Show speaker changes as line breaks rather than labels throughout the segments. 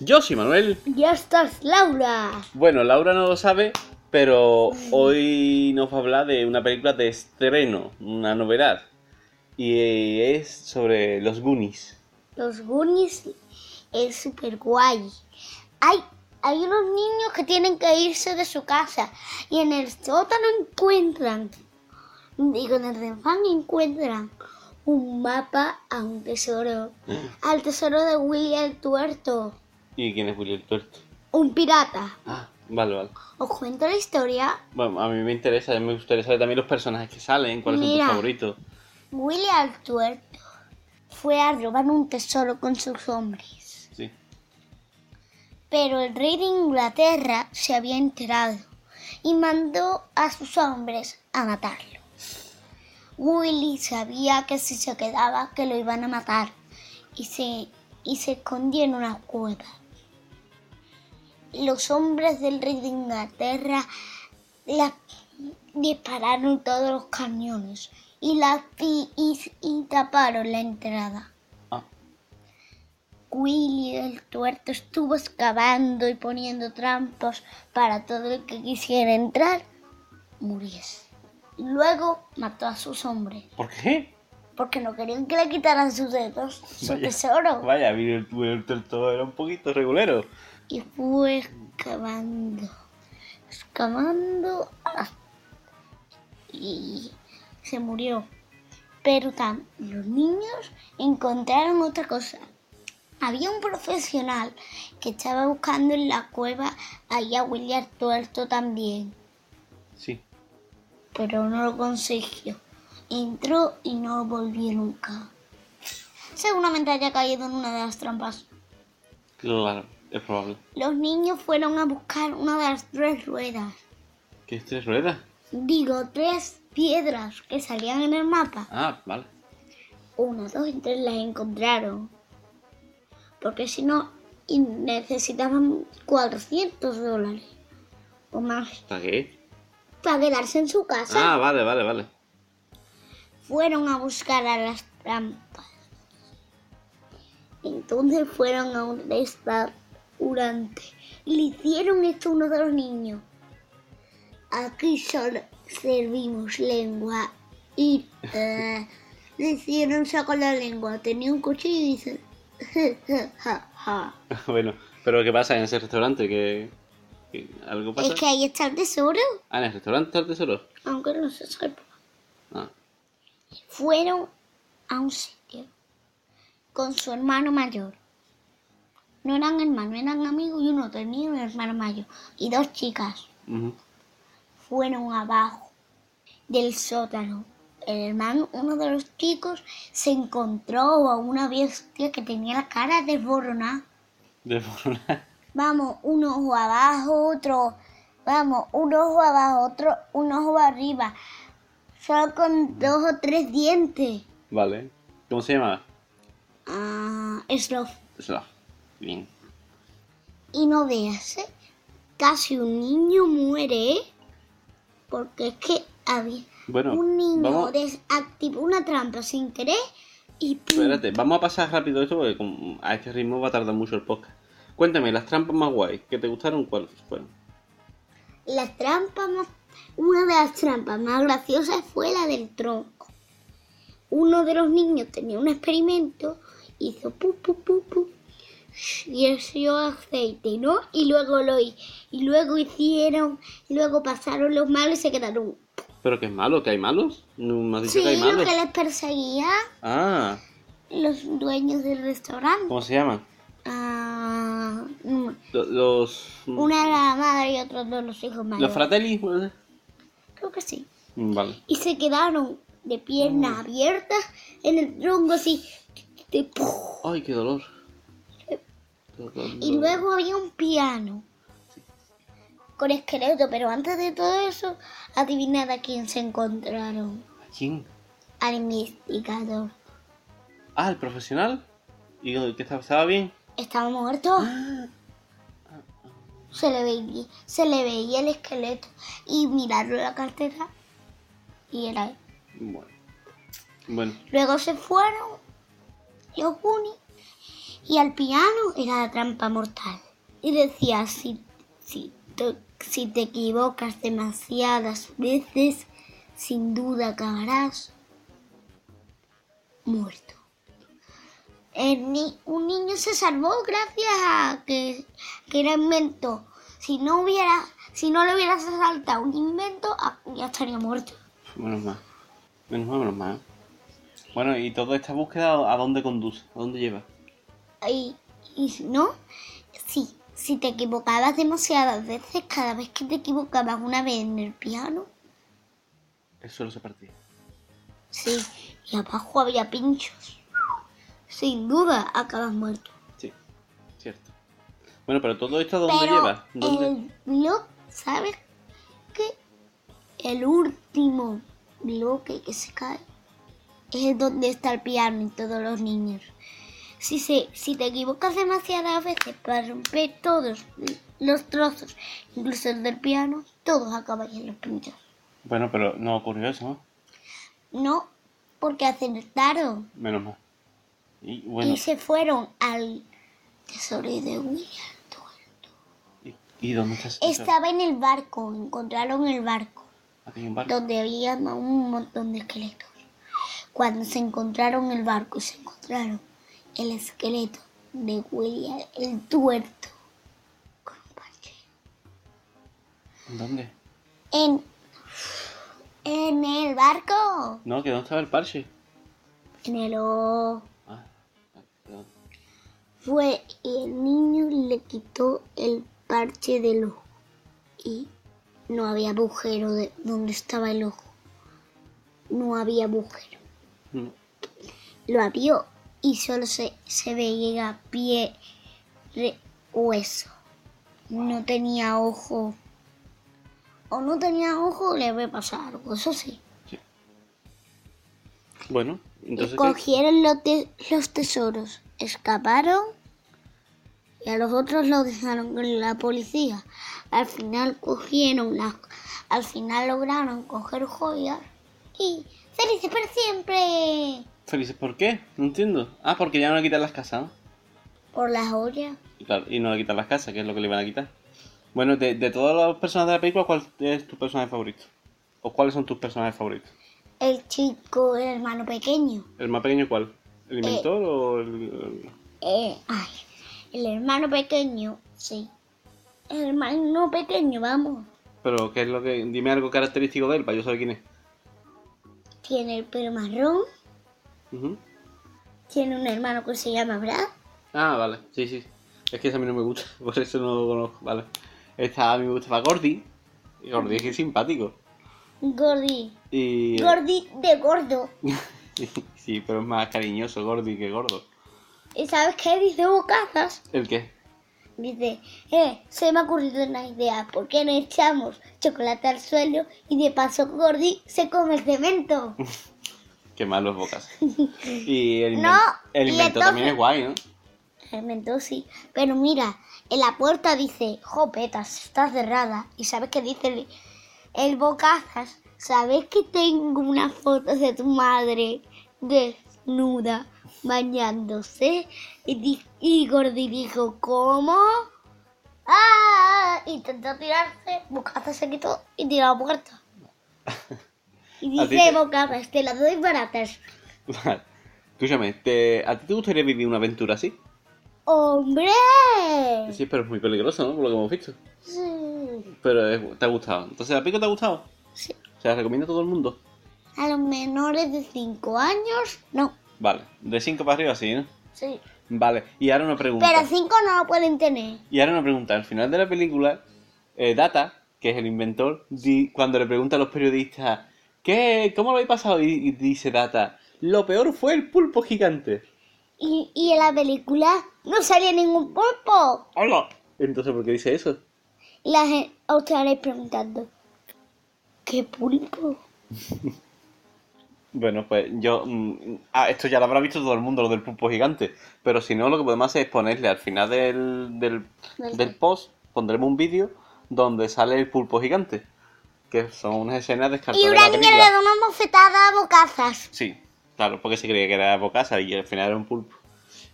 Yo soy Manuel.
Ya estás, Laura.
Bueno, Laura no lo sabe, pero hoy nos va a hablar de una película de estreno, una novedad. Y eh, es sobre los Goonies.
Los Goonies es súper guay. Hay, hay unos niños que tienen que irse de su casa y en el sótano encuentran, digo, en el refán encuentran un mapa a un tesoro, al tesoro de William el Tuerto,
¿Y quién es William Tuerto?
un pirata.
Ah, vale, vale.
Os cuento la historia.
Bueno, a mí me interesa, a mí me gustaría saber también los personajes que salen, cuáles son
Mira.
tus favoritos.
William el Tuerto fue a robar un tesoro con sus hombres.
Sí.
Pero el rey de Inglaterra se había enterado y mandó a sus hombres a matarlo. Willy sabía que si se quedaba que lo iban a matar y se, y se escondió en una cueva. Los hombres del rey de Inglaterra la- dispararon todos los cañones y, la, y- y- y taparon la entrada.
Ah,
Willy el tuerto estuvo excavando y poniendo trampas para todo el que quisiera entrar muriese. Luego mató a sus hombres
¿por qué?
porque no querían que le quitaran sus dedos, su
Vaya.
tesoro.
Vaya, William Tuerto era un poquito regulero.
Y fue excavando, excavando ah, y se murió. Pero tam- los niños encontraron otra cosa. Había un profesional que estaba buscando en la cueva ahí a William Tuerto también,
Sí.
pero no lo consiguió. Entró y no volvió nunca. Seguramente haya caído en una de las trampas.
Claro, es probable.
Los niños fueron a buscar una de las tres ruedas.
¿Qué es tres ruedas?
Digo, tres piedras que salían en el mapa.
Ah, vale.
Una, dos y tres las encontraron. Porque si no, y necesitaban 400 dólares o más
¿Para qué?
para quedarse en su casa.
Ah, vale, vale, vale.
Fueron a buscar a las trampas. Entonces fueron a un restaurante y le hicieron esto a uno de los niños. Aquí solo servimos lengua y eh, le hicieron sacar la lengua. Tenía un cuchillo y dice, ja, ja.
bueno, pero ¿qué pasa en ese restaurante? ¿Qué, qué- algo pasa?
Es que ahí está el tesoro,
Ah, en el restaurante del tesoro.
aunque no se sepa.
Ah,
fueron a un sitio con su hermano mayor. No eran hermanos, eran amigos y uno tenía un hermano mayor y dos chicas.
ujú.
Fueron abajo del sótano. El hermano, uno de los chicos, se encontró a una bestia que tenía la cara desboronada.
De forma-
Vamos, un ojo abajo, otro. Vamos, un ojo abajo, otro, un ojo arriba. Solo con dos o tres dientes.
vale. ¿Cómo se llama?
Ah, es lo
Sloth. Bien.
y no veas, ¿eh? casi un niño muere, ¿eh? porque es que había
Bueno,
un niño
vamos-
desactivó una trampa sin querer y ¡pum!
Espérate, vamos a pasar rápido esto porque con- a este ritmo va a tardar mucho el podcast. Cuéntame, las trampas más guay que te gustaron, ¿cuáles fueron?
la trampa más, una de las trampas más graciosas fue la del tronco. Uno de los niños tenía un experimento, hizo pu pu pu pu y hizo aceite, ¿no? Y luego lo hi- y luego hicieron, y luego pasaron los malos y se quedaron
¿Pero que es malo? ¿Que hay malos? ¿No me has dicho
Sí,
que hay
lo
malos?
que les perseguía
Ah,
los dueños del restaurante.
¿cómo se llaman?
Ah, mm,
Lo- Los...
una era la madre y otros dos los hijos
¿Los
mayores.
fratelli? puede ser?
Creo que sí.
Mm, Vale.
Y se quedaron de piernas abiertas en el tronco así. de pu-
Ay, qué dolor. Dolor,
Eh, Y
dolor.
luego había un piano con esqueleto, pero antes de todo eso, adivinad a quién se encontraron.
¿A quién?
Al investigador.
Ah, el profesional. ¿Y el que estaba, estaba bien?
Estaba muerto. Se le veía, se le veía el esqueleto y miraron la cartera y era él.
Bueno. Bueno,
Luego se fueron los Goonies Y al piano era la trampa mortal. Y decía, si, si, to- si te equivocas demasiadas veces, sin duda acabarás muerto. El ni- un niño se salvó gracias a que, que era invento. Si no hubiera, si no le hubieras asaltado un invento, ah, ya estaría muerto.
Menos mal. Menos mal, menos mal. Bueno, y toda esta búsqueda, ¿a dónde conduce? ¿A dónde lleva?
Y, y si no, sí, si te equivocabas demasiadas veces, cada vez que te equivocabas una vez en el piano,
El suelo se partía.
sí, y abajo había pinchos. Sin duda, acabas muerto.
Sí, cierto. Bueno, pero todo esto, ¿a dónde
Pero
lleva? ¿Dónde?
el blog, ¿sabes qué? El último bloque que se cae es donde está el piano y todos los niños. Si, se, si te equivocas demasiadas veces para romper todos los trozos, incluso el del piano, todos acabáis en los pinchos.
Bueno, pero no ocurrió eso, ¿no?
No, porque acertaron
Menos mal. Y bueno,
y se fueron al tesoro de William.
¿y, y dónde está ese tesoro?
Estaba en el barco, encontraron el barco.
Aquí hay un barco.
donde había ma- un montón de esqueletos. Cuando se encontraron el barco, se encontraron el esqueleto de William el tuerto con un parche.
¿Dónde?
En, en el barco,
No, que dónde estaba el parche.
en el o-
Ah, ah, perdón.
fue y el niño le quitó el parche del ojo y no había agujero de donde estaba el ojo. No había agujero.
No.
lo abrió y solo se, se veía pie de hueso. No tenía ojo. O no tenía ojo, le ve pasar algo, eso sí.
Sí. Bueno,
Y
entonces. ¿qué?
cogieron los, te- los tesoros, escaparon y a los otros los dejaron con la policía. Al final cogieron las... Al final lograron coger joyas y felices para siempre
Felices, ¿por qué? No entiendo. Ah, porque ya no le quitan las casas, ¿no?
por las joyas.
Y claro, y no le quitan las casas, que es lo que le iban a quitar. Bueno, de, de todas las personas de la película, ¿cuál es tu personaje favorito? ¿O cuáles son tus personajes favoritos?
El chico, el hermano pequeño.
¿El más pequeño cuál? ¿El inventor o el,
Eh, ay, el hermano pequeño, sí. El hermano pequeño, vamos.
Pero, ¿qué es lo que.? Dime algo característico de él para yo saber quién es.
Tiene el pelo marrón.
Ujú.
Tiene un hermano que se llama Brad.
Ah, vale, sí, sí. Es que ese a mí no me gusta, por eso no lo conozco, vale. Esta a mí me gustaba Gordy. Y Gordy es que es simpático.
Gordy.
Y.
Gordy de gordo.
sí, pero es más cariñoso Gordy que gordo.
¿Y sabes qué dice Bocazas?
¿El qué?
Dice, eh, se me ha ocurrido una idea. ¿Por qué no echamos chocolate al suelo y de paso Gordy se come el cemento?
Qué malos bocas. Y el,
No,
inven- el
y
invento también
entonces-
es guay, ¿no?
Realmente sí. Pero mira, en la puerta dice, jopetas, está cerrada. Y sabes que dice el, el bocazas, ¿sabes que tengo una foto de tu madre desnuda bañándose? Y, di- y Gordy dijo, ¿cómo? ¡Ah! Intentó tirarse, bocazas se quitó y tiró a la puerta. Y
A ti te-
dice, bocazas, te la doy baratas.
Vale. Escúchame, ¿te- ¿a ti te gustaría vivir una aventura así?
¡Hombre!
Sí, pero es muy peligroso, ¿no? Por lo que hemos visto.
Sí.
Pero es- te ha gustado. Entonces, ¿la pico te ha gustado?
Sí.
¿Se la recomienda a todo el mundo?
A los menores de 5 años, no.
Vale, de 5 para arriba sí, ¿no?
Sí.
Vale, y ahora una pregunta.
Pero 5 no lo pueden tener.
Y ahora una pregunta. Al final de la película, eh, Data, que es el inventor, di- cuando le pregunta a los periodistas, ¿qué? ¿Cómo lo habéis pasado? Y, y dice Data, lo peor fue el pulpo gigante.
Y, y en la película no salía ningún pulpo.
¡Hola! Entonces, ¿por qué dice eso?
Y la gente, os estaréis preguntando, ¿qué pulpo?
Bueno, pues yo... mm, ah, esto ya lo habrá visto todo el mundo, lo del pulpo gigante. Pero si no, lo que podemos hacer es ponerle al final del, del,
Del-
del post, pondremos un vídeo donde sale el pulpo gigante. Que son unas escenas descartadas.
Y
de la
una niña le
película.
da una bofetada a bocazas.
Sí, claro, porque se creía que era bocasa y al final era un pulpo.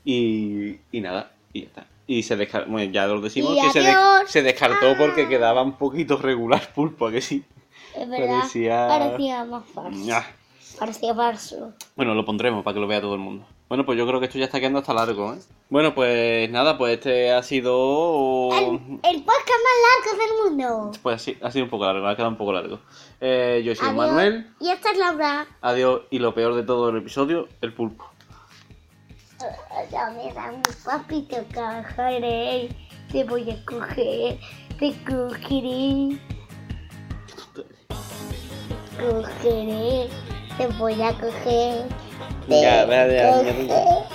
Y, y nada, y ya está. Y se descartó, bueno, ya lo decimos
Y
que se, de-
adiós.
se descartó
Ah.
porque quedaba un poquito regular pulpo, ¿a que sí.
Es verdad.
Parecía-
Parecía más falso.
Ah.
Parecía falso.
Bueno, lo pondremos para que lo vea todo el mundo. Bueno, pues yo creo que esto ya está quedando hasta largo, ¿eh? Bueno, pues nada, pues este ha sido...
El, el podcast más largo del mundo.
Pues sí, ha sido un poco largo, ha quedado un poco largo. Eh, yo soy
Adiós.
Manuel,
Y esta es Laura.
adiós y lo peor de todo el episodio, el pulpo.
Ya me da un papito cajaré. Te voy a coger. Te cogeré. Cogeré. Te voy a coger. te
Ya, vale, ya, ya.
cogeré.